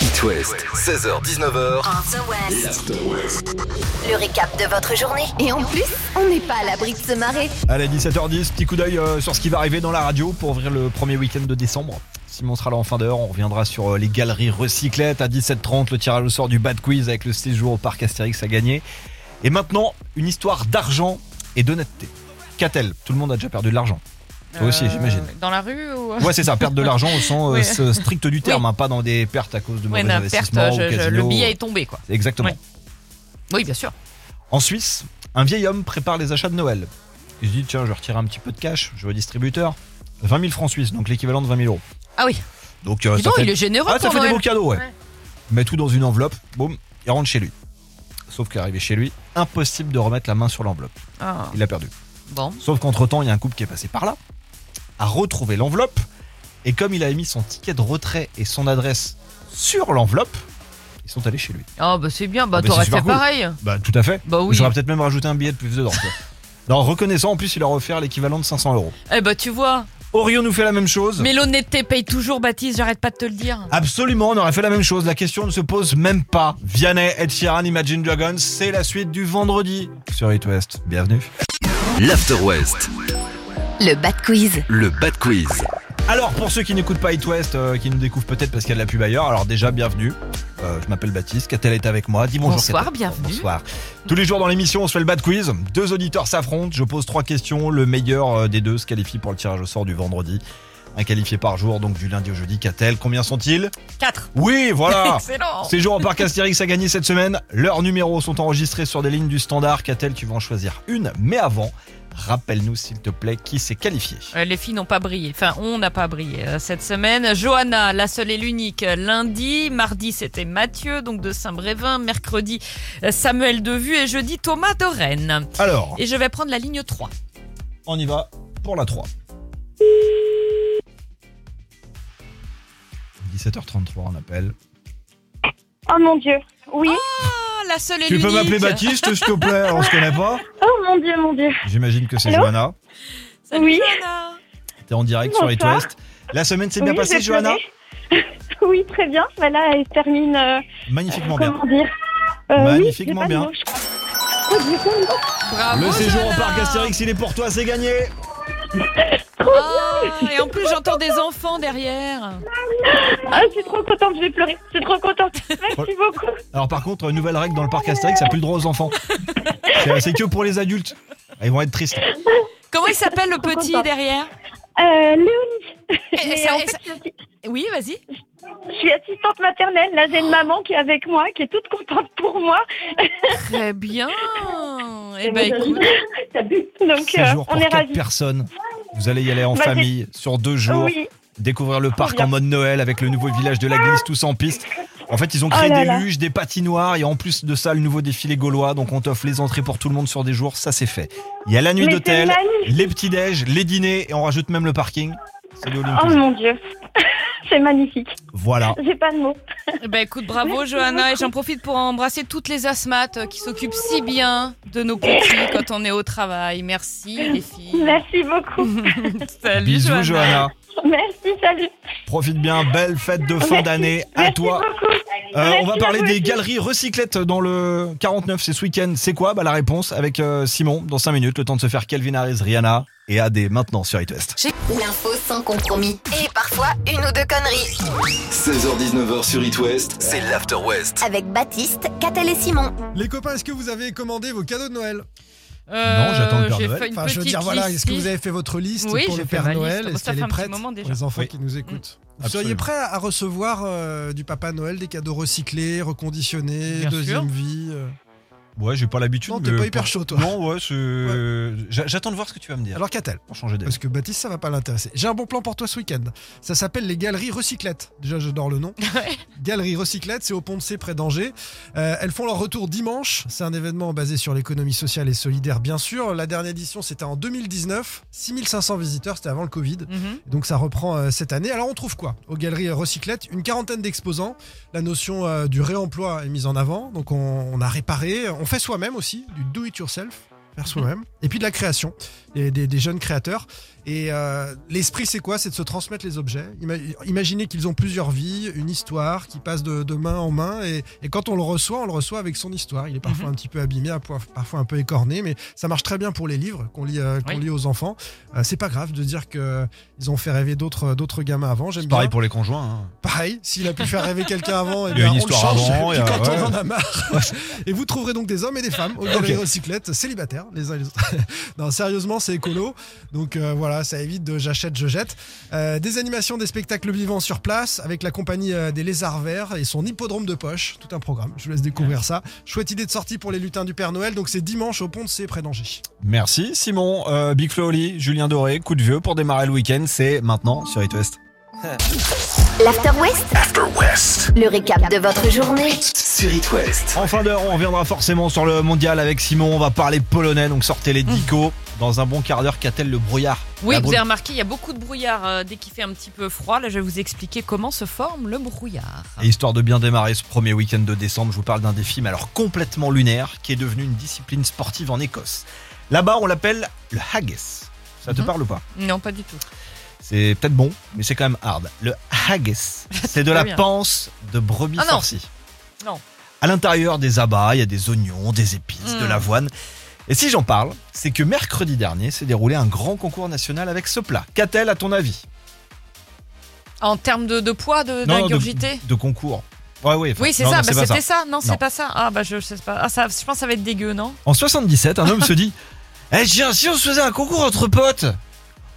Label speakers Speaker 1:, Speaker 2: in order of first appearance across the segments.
Speaker 1: It West, 16h-19h,
Speaker 2: After West.
Speaker 1: l'After West.
Speaker 2: Le récap de votre journée. Et en plus, on n'est pas à l'abri de se marrer.
Speaker 3: Allez, 17h10, petit coup d'œil euh, sur ce qui va arriver dans la radio pour ouvrir le premier week-end de décembre. Simon sera là en fin d'heure, on reviendra sur euh, les galeries recyclettes à 17h30, le tirage au sort du bad quiz avec le séjour au parc Astérix à gagner. Et maintenant, une histoire d'argent et d'honnêteté. Qu'a-t-elle Tout le monde a déjà perdu de l'argent. Toi aussi,
Speaker 4: Euh,
Speaker 3: j'imagine.
Speaker 4: Dans la rue ou
Speaker 3: Ouais, c'est ça, perdre de l'argent au sens
Speaker 4: Ouais.
Speaker 3: euh, strict du terme, hein, pas dans des pertes à cause de mauvais
Speaker 4: Ouais, non, perte,
Speaker 3: investissements
Speaker 4: je-
Speaker 3: ou
Speaker 4: je- le
Speaker 3: casino.
Speaker 4: billet est tombé quoi.
Speaker 3: Exactement.
Speaker 4: Ouais. Oui, bien sûr.
Speaker 3: En Suisse, un vieil homme prépare les achats de Noël. Il se dit, tiens, je vais retirer un petit peu de cash, je vais au distributeur. 20 000 francs suisses, donc l'équivalent de 20 000 euros.
Speaker 4: Ah oui.
Speaker 3: Donc, euh,
Speaker 4: Dis
Speaker 3: ça
Speaker 4: donc,
Speaker 3: fait,
Speaker 4: il est généreux
Speaker 3: Ah, ça
Speaker 4: pour
Speaker 3: fait des
Speaker 4: Noël.
Speaker 3: beaux cadeaux, ouais.
Speaker 4: Ouais.
Speaker 3: Il met tout dans une enveloppe, boum, il rentre chez lui. Sauf qu'arrivé chez lui, impossible de remettre la main sur l'enveloppe.
Speaker 4: Ah,
Speaker 3: Il a perdu.
Speaker 4: bon.
Speaker 3: Sauf qu'entre-temps, il y a un couple qui est passé par là, a retrouvé l'enveloppe, et comme il a mis son ticket de retrait et son adresse sur l'enveloppe, ils sont allés chez lui.
Speaker 4: Ah bah c'est bien, bah
Speaker 3: Ah, bah,
Speaker 4: t'aurais
Speaker 3: c'est
Speaker 4: fait
Speaker 3: super cool.
Speaker 4: pareil.
Speaker 3: Bah, tout à fait.
Speaker 4: Bah oui.
Speaker 3: J'aurais peut-être même rajouté un billet de plus dedans. tu vois. Non, reconnaissant, en plus, il leur a offert l'équivalent de 500 euros.
Speaker 4: Eh bah tu vois,
Speaker 3: Orion nous fait la même chose.
Speaker 4: mais l'honnêteté paye toujours Baptiste, j'arrête pas de te le dire.
Speaker 3: Absolument, on aurait fait la même chose. La question ne se pose même pas. Vianney, Ed Sheeran, Imagine Dragons, c'est la suite du vendredi sur It West. Bienvenue.
Speaker 1: L'After West,
Speaker 2: Le Bad Quiz.
Speaker 1: le Bad Quiz.
Speaker 3: Alors, pour ceux qui n'écoutent pas It West, euh, qui nous découvrent peut-être parce qu'il y a de la pub ailleurs, alors déjà, bienvenue. Euh, je m'appelle Baptiste, Catel est avec moi. Dis bonjour.
Speaker 4: Bonsoir,
Speaker 3: Catel.
Speaker 4: bienvenue.
Speaker 3: Bonsoir. Tous les jours dans l'émission, on se fait le bad quiz. Deux auditeurs s'affrontent. Je pose trois questions. Le meilleur euh, des deux se qualifie pour le tirage au sort du vendredi. Un qualifié par jour, donc du lundi au jeudi. Catel, combien sont-ils
Speaker 4: 4.
Speaker 3: Oui, voilà.
Speaker 4: Excellent.
Speaker 3: Séjour au parc Astérix a gagné cette semaine. Leurs numéros sont enregistrés sur des lignes du standard. Catel, tu vas en choisir une. Mais avant, rappelle-nous, s'il te plaît, qui s'est qualifié.
Speaker 4: Euh, Les filles n'ont pas brillé, enfin on n'a pas brillé euh, cette semaine. Johanna, la seule et l'unique, euh, lundi, mardi c'était Mathieu, donc de Saint-Brévin, mercredi euh, Samuel Devu et jeudi Thomas de Rennes.
Speaker 3: Alors,
Speaker 4: Et je vais prendre la ligne 3.
Speaker 3: on y va pour la 3. 17h33, on appelle.
Speaker 5: Oh mon dieu, oui.
Speaker 3: Oh.
Speaker 4: Ah, la seule et
Speaker 3: Tu
Speaker 4: l'unique.
Speaker 3: peux m'appeler Baptiste, s'il te plaît On se connaît pas
Speaker 5: Oh mon dieu, mon dieu.
Speaker 3: J'imagine que c'est
Speaker 5: Allô
Speaker 3: Johanna.
Speaker 4: Salut,
Speaker 5: Oui.
Speaker 4: Johanna.
Speaker 3: T'es en direct sur It
Speaker 5: Bonsoir.
Speaker 3: West. La semaine s'est bien
Speaker 5: Oui,
Speaker 3: passée,
Speaker 5: j'ai
Speaker 3: Johanna
Speaker 5: pleuré. Oui, très bien. Voilà, elle se termine. euh,
Speaker 3: Magnifiquement bien.
Speaker 5: comment dire Euh,
Speaker 3: Magnifiquement
Speaker 5: oui, j'ai pas
Speaker 3: bien.
Speaker 5: de mots, je crois. Oh, du coup,
Speaker 4: Bravo,
Speaker 3: Le séjour au
Speaker 4: Johanna.
Speaker 3: parc Astérix, il est pour toi, c'est gagné
Speaker 4: Ah, et en plus, j'entends des enfants derrière.
Speaker 5: ah, je suis trop contente, je vais pleurer. Je suis trop contente. Merci beaucoup.
Speaker 3: Alors par contre, nouvelle règle dans le parc Astérix, ça n'a plus le droit aux enfants. C'est- C'est que pour les adultes. Ils vont être tristes.
Speaker 4: Comment il s'appelle le
Speaker 5: suis
Speaker 4: petit
Speaker 5: contente.
Speaker 4: derrière
Speaker 5: Euh, Léonie,
Speaker 3: Eh,
Speaker 4: Et- et
Speaker 5: mais
Speaker 4: ça-
Speaker 5: en
Speaker 4: et
Speaker 5: fait,
Speaker 4: ça-
Speaker 5: je suis-
Speaker 4: Oui, vas-y.
Speaker 5: je suis assistante maternelle. Là, j'ai une maman qui est avec moi, qui est toute contente pour moi.
Speaker 4: Très bien. Eh
Speaker 5: Et
Speaker 4: ben,
Speaker 5: moi,
Speaker 4: écoute,
Speaker 5: Donc, euh,
Speaker 3: Séjour
Speaker 5: on
Speaker 3: pour
Speaker 5: est
Speaker 3: 4
Speaker 5: ravis.
Speaker 3: personnes. Vous allez y aller en
Speaker 5: Bah, j'ai-
Speaker 3: famille sur deux jours.
Speaker 5: Oui,
Speaker 3: Découvrir le parc
Speaker 5: bien.
Speaker 3: en mode Noël avec le nouveau village de la glisse, tous en piste. En fait, ils ont créé
Speaker 5: Ah. Oh là
Speaker 3: des
Speaker 5: là.
Speaker 3: luges, des patinoires et en plus de ça, le nouveau défilé gaulois. Donc on t'offre les entrées pour tout le monde sur des jours. Ça, c'est fait. Il y a la nuit
Speaker 5: mais c'est
Speaker 3: d'hôtel,
Speaker 5: magnifique.
Speaker 3: les petits-déj, les dîners et on rajoute même le parking. C'est le Olympus.
Speaker 5: Oh mon dieu, c'est magnifique.
Speaker 3: Voilà.
Speaker 5: J'ai pas de mots.
Speaker 4: eh ben, écoute, bravo Johanna. Et j'en profite pour embrasser toutes les asthmates euh, qui s'occupent si bien de nos petits quand on est au travail. Merci les filles.
Speaker 5: Merci beaucoup.
Speaker 4: Salut
Speaker 3: Bisous, Johanna.
Speaker 5: Merci, salut.
Speaker 3: Profite bien. Belle fête de fin
Speaker 5: Merci.
Speaker 3: d'année à
Speaker 5: Merci
Speaker 3: toi.
Speaker 5: beaucoup.
Speaker 3: Euh,
Speaker 5: Merci
Speaker 3: on va
Speaker 5: à
Speaker 3: parler
Speaker 5: vous
Speaker 3: des
Speaker 5: aussi.
Speaker 3: galeries recyclettes dans le 49, c'est ce week-end. C'est quoi bah, La réponse avec euh, Simon dans 5 minutes. Le temps de se faire Calvin Harris, Rihanna et AD maintenant sur It West.
Speaker 2: L'info sans compromis. Et parfois, une ou deux conneries.
Speaker 1: 16h-19h sur It West, c'est l'After West.
Speaker 2: Avec Baptiste, Catel et Simon.
Speaker 6: Les copains, est-ce que vous avez commandé vos cadeaux de Noël
Speaker 3: Non, j'attends le Père
Speaker 4: Euh, j'ai
Speaker 3: Noël.
Speaker 4: fait une
Speaker 6: Enfin, je veux
Speaker 4: petite
Speaker 6: dire, voilà,
Speaker 4: liste.
Speaker 6: est-ce que vous avez fait votre liste
Speaker 4: Oui,
Speaker 6: pour
Speaker 4: j'ai
Speaker 6: le
Speaker 4: fait
Speaker 6: Père
Speaker 4: ma
Speaker 6: Noël
Speaker 4: liste.
Speaker 6: Est-ce
Speaker 4: Ça fait
Speaker 6: qu'elle est
Speaker 4: un petit
Speaker 6: prête
Speaker 4: moment déjà.
Speaker 6: pour les enfants
Speaker 3: Oui.
Speaker 6: qui nous écoutent Vous seriez
Speaker 3: Absolument.
Speaker 6: prêt à recevoir euh, du Papa Noël des cadeaux recyclés, reconditionnés,
Speaker 4: Bien
Speaker 6: deuxième vie euh
Speaker 3: Ouais, j'ai pas l'habitude.
Speaker 6: Non, t'es
Speaker 3: mais-
Speaker 6: pas hyper chaud, toi.
Speaker 3: Non, ouais, c'est- J'a- j'attends de voir ce que tu vas me dire.
Speaker 6: Alors qu'a-t-elle
Speaker 3: pour changer d'avis.
Speaker 6: Parce que Baptiste, ça va pas l'intéresser. J'ai un bon plan pour toi ce week-end. Ça s'appelle les Galeries Recyclettes. Déjà, j'adore le nom.
Speaker 4: Ouais.
Speaker 6: Galeries Recyclettes, c'est au Pont de C, près d'Angers. Euh, elles font leur retour dimanche. C'est un événement basé sur l'économie sociale et solidaire, bien sûr. La dernière édition, c'était en 2019. 6500 visiteurs, c'était avant le Covid.
Speaker 4: Mhm.
Speaker 6: Donc ça reprend euh, cette année. Alors on trouve quoi Aux galeries Recyclette, une quarantaine d'exposants. La notion euh, du réemploi est mise en avant. Donc on, on a réparé, on fait
Speaker 3: Mhm.
Speaker 6: soi-même aussi, du do it yourself, faire soi-même. Et puis de la création, et des, des jeunes créateurs. Et euh, l'esprit, c'est quoi C'est de se transmettre les objets. Ima- Imaginez qu'ils ont plusieurs vies, une histoire qui passe de, de main en main. Et, et quand on le reçoit, on le reçoit avec son histoire. Il est parfois
Speaker 3: Mhm.
Speaker 6: un petit peu abîmé, à poif- parfois un peu écorné, mais ça marche très bien pour les livres qu'on lit, euh, qu'on
Speaker 4: Oui.
Speaker 6: lit aux enfants. Euh, c'est pas grave de dire que euh, ils ont fait rêver d'autres d'autres gamins avant. J'aime
Speaker 3: C'est
Speaker 6: bien.
Speaker 3: pareil pour les conjoints. hein.
Speaker 6: Pareil, s'il a pu faire rêver quelqu'un avant, et
Speaker 3: Il y a une
Speaker 6: on le
Speaker 3: histoire
Speaker 6: change,
Speaker 3: avant,
Speaker 6: et puis
Speaker 3: il y a-
Speaker 6: quand on
Speaker 3: ouais.
Speaker 6: en a marre. Et vous trouverez donc des hommes et des femmes aux galeries
Speaker 3: Ok.
Speaker 6: recyclettes, célibataires, les uns et les autres. Non, sérieusement, c'est écolo. Donc euh, voilà, ça évite de j'achète, je jette. Euh, des animations, des spectacles vivants sur place, avec la compagnie euh, des Lézards Verts et son hippodrome de poche. Tout un programme, je vous laisse découvrir ça. Chouette idée de sortie pour les lutins du Père Noël, donc c'est dimanche au pont de C, près d'Angers.
Speaker 3: Merci Simon, Euh, Big Flo Oli, Julien Doré, coup de vieux pour démarrer le week-end, c'est maintenant sur It West.
Speaker 2: L'After West,
Speaker 1: After West.
Speaker 2: le récap de votre journée.
Speaker 1: Sur It West.
Speaker 3: En fin d'heure, on reviendra forcément sur le mondial avec Simon, on va parler polonais, donc sortez les dico. Dans un bon quart d'heure, qu'a-t-elle le brouillard
Speaker 4: Oui,
Speaker 3: La
Speaker 4: vous
Speaker 3: brou-
Speaker 4: avez remarqué, il y a beaucoup de brouillard euh, dès qu'il fait un petit peu froid. Là, je vais vous expliquer comment se forme le brouillard.
Speaker 3: Et histoire de bien démarrer ce premier week-end de décembre, je vous parle d'un défi, mais alors complètement lunaire, qui est devenu une discipline sportive en Écosse. Là-bas, on l'appelle le haggis. Ça te
Speaker 4: Mhm.
Speaker 3: parle ou pas
Speaker 4: Non, pas du tout.
Speaker 3: C'est peut-être bon, mais c'est quand même hard. Le haggis, c'est de
Speaker 4: Très
Speaker 3: la
Speaker 4: bien.
Speaker 3: panse de brebis
Speaker 4: Ah non.
Speaker 3: farcie.
Speaker 4: Non.
Speaker 3: À l'intérieur des abats, il y a des oignons, des épices, de
Speaker 4: Mm.
Speaker 3: l'avoine. Et si j'en parle, c'est que mercredi dernier s'est déroulé un grand concours national avec ce plat. Qu'a-t-elle, à ton avis
Speaker 4: En termes de, de poids, de-
Speaker 3: Non, de,
Speaker 4: d'ingurgité
Speaker 3: de concours. Ouais, ouais, enfin,
Speaker 4: Oui, c'est
Speaker 3: non,
Speaker 4: ça.
Speaker 3: non,
Speaker 4: bah,
Speaker 3: pas
Speaker 4: c'était ça. Non,
Speaker 3: Non.
Speaker 4: c'est pas ça. Ah, bah, je sais pas. Ah, ça, je pense que ça va être dégueu, non
Speaker 3: En 77, un homme se dit Eh, tiens, si on se faisait un concours entre potes,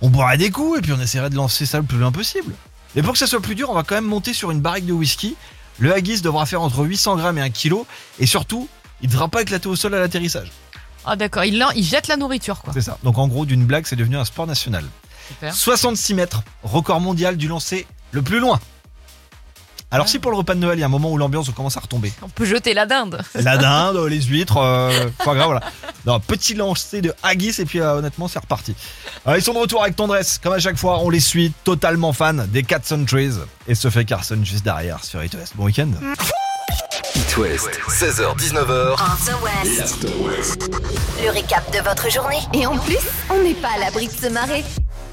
Speaker 3: on boirait des coups et puis on essaierait de lancer ça le plus loin possible. Mais pour que ça soit plus dur, on va quand même monter sur une barrique de whisky. Le haggis devra faire entre 800 grammes et 1 kg. Et surtout, il ne devra pas éclater au sol à l'atterrissage.
Speaker 4: Ah, d'accord. Il, lan- il jette la nourriture, quoi.
Speaker 3: C'est ça. Donc en gros, d'une blague, c'est devenu un sport national.
Speaker 4: Super.
Speaker 3: 66 mètres, record mondial du lancer le plus loin. Alors
Speaker 4: Ah.
Speaker 3: si pour le repas de Noël, il y a un moment où l'ambiance commence à retomber.
Speaker 4: On peut jeter la dinde.
Speaker 3: la dinde, les huîtres, euh, foie gras, voilà. Non, petit lancer de haggis et puis euh, honnêtement c'est reparti. Euh, ils sont de retour avec tendresse, comme à chaque fois, on les suit, totalement fan des Cats on Trees et se fait Carson juste derrière sur It West. Bon week-end.
Speaker 1: It West. 16h-19h.
Speaker 2: After West,
Speaker 1: L'After West.
Speaker 2: le récap de votre journée. Et en plus, on n'est pas à l'abri de se marrer.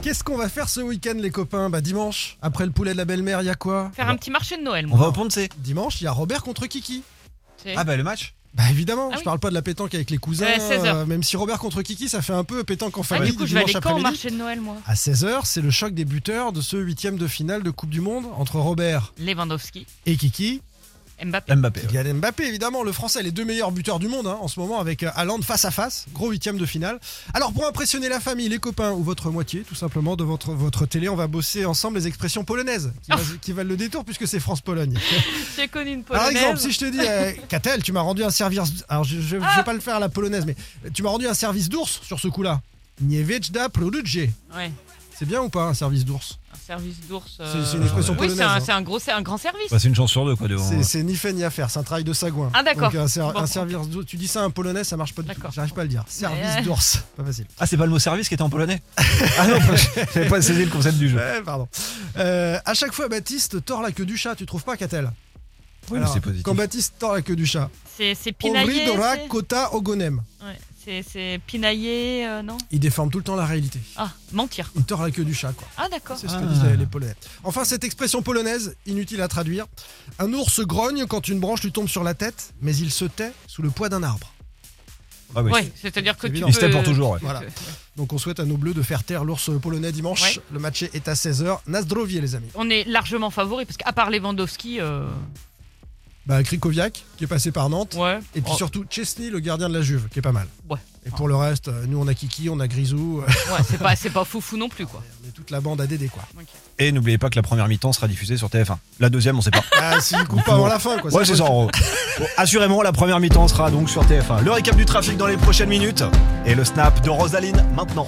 Speaker 6: Qu'est-ce qu'on va faire ce week-end, les copains Bah dimanche, après le poulet de la belle-mère, il y a quoi
Speaker 4: Faire un petit marché de Noël,
Speaker 3: On
Speaker 4: moi.
Speaker 3: va au pont de C.
Speaker 6: Dimanche, il y a Robert contre Kiki.
Speaker 3: bah le match
Speaker 6: Bah évidemment,
Speaker 4: Ah
Speaker 6: je
Speaker 4: oui.
Speaker 6: parle pas de la pétanque avec les cousins,
Speaker 4: Ouais, 16 heures.
Speaker 6: euh, même si Robert contre Kiki, ça fait un peu pétanque en
Speaker 4: Ah,
Speaker 6: famille
Speaker 4: du coup,
Speaker 6: du
Speaker 4: je vais aller
Speaker 6: dimanche
Speaker 4: quand au
Speaker 6: après-midi. Ah.
Speaker 4: marché de Noël, moi
Speaker 6: À 16h, c'est le choc des buteurs de ce huitième de finale de Coupe du Monde entre Robert
Speaker 4: Lewandowski,
Speaker 6: et Kiki.
Speaker 4: Mbappé.
Speaker 3: Mbappé. ouais.
Speaker 6: Kylian Mbappé, évidemment, le Français, les deux meilleurs buteurs du monde hein, en ce moment avec euh, Haaland face à face, gros huitième de finale. Alors pour impressionner la famille, les copains ou votre moitié, tout simplement, de votre, votre télé, on va bosser ensemble les expressions polonaises
Speaker 4: Oh.
Speaker 6: qui, va- qui valent le détour puisque c'est France-Pologne.
Speaker 4: J'ai connu une
Speaker 6: Par
Speaker 4: polonaise.
Speaker 6: exemple, si je te dis, euh, Catel, tu m'as rendu un service. Alors, je, je, je vais pas le faire à la polonaise, mais tu m'as rendu un service d'ours sur ce coup-là. Nieweczda Produje.
Speaker 4: Ouais,
Speaker 6: C'est bien ou pas un service d'ours
Speaker 4: un service d'ours. euh,
Speaker 6: C'est- C'est une expression
Speaker 4: Oui,
Speaker 6: polonaise.
Speaker 4: c'est un,
Speaker 6: hein.
Speaker 4: c'est un gros, c'est un grand service.
Speaker 3: Bah, c'est une chance sur deux quoi. devant.
Speaker 6: C'est- C'est ni fait ni à faire, c'est un travail de sagouin.
Speaker 4: Ah, d'accord.
Speaker 6: Donc, un, ser-
Speaker 4: Bon.
Speaker 6: un service d'ours. Tu dis ça à un polonais, ça marche pas du tout.
Speaker 4: D'accord.
Speaker 6: J'arrive pas à le dire. Service
Speaker 4: Mais- euh.
Speaker 6: d'ours. Pas facile.
Speaker 3: Ah c'est pas le mot service qui était en polonais Ah non, j'avais pas saisi le concept du jeu.
Speaker 6: Ouais, pardon. Euh, à chaque fois, Baptiste tord la queue du chat, tu trouves pas, Catel
Speaker 3: Oui, mais
Speaker 6: Alors,
Speaker 3: c'est positif.
Speaker 6: Quand Baptiste tord la queue du chat,
Speaker 4: C'est c'est
Speaker 6: Omri
Speaker 4: pinaillé.
Speaker 6: Dora
Speaker 4: c'est-
Speaker 6: Kota Ogonem.
Speaker 4: ouais, C'est c'est pinaillé, euh, non
Speaker 6: Il déforme tout le temps la réalité.
Speaker 4: Ah, mentir.
Speaker 6: Il tord la queue du chat, quoi.
Speaker 4: Ah, d'accord.
Speaker 6: C'est ce que
Speaker 3: Ah.
Speaker 6: disent les, les Polonais. Enfin, cette expression polonaise, inutile à traduire. Un ours grogne quand une branche lui tombe sur la tête, mais il se tait sous le poids d'un arbre.
Speaker 3: Ah, oui,
Speaker 4: Ouais, c'est-à-dire que
Speaker 6: C'est
Speaker 4: tu peux...
Speaker 6: évident.
Speaker 4: Euh,
Speaker 3: Il se tait pour toujours, ouais.
Speaker 6: Voilà. Donc on souhaite à nos bleus de faire taire l'ours polonais dimanche.
Speaker 4: Ouais.
Speaker 6: Le match est à 16h. Nazdrovier, les amis.
Speaker 4: On est largement favori parce qu'à part Lewandowski, euh,
Speaker 6: Bah, Krikoviak, qui est passé par Nantes.
Speaker 4: ouais.
Speaker 6: Et puis
Speaker 4: Oh,
Speaker 6: surtout Chesney, le gardien de la Juve, qui est pas mal.
Speaker 4: Ouais.
Speaker 6: Et pour le reste, euh, nous on a Kiki, on a Grisou,
Speaker 4: ouais, c'est pas c'est pas foufou non plus quoi.
Speaker 6: on est toute la bande à Dédé quoi.
Speaker 3: Et n'oubliez pas que la première mi-temps sera diffusée sur TF1. La deuxième, on sait pas.
Speaker 6: Ah, s'il coupe pas avant la fin quoi.
Speaker 3: Ouais, c'est ça en gros. Bon, Assurément, la première mi-temps sera donc sur TF1. Le récap du trafic dans les prochaines minutes et le snap de Rosaline maintenant.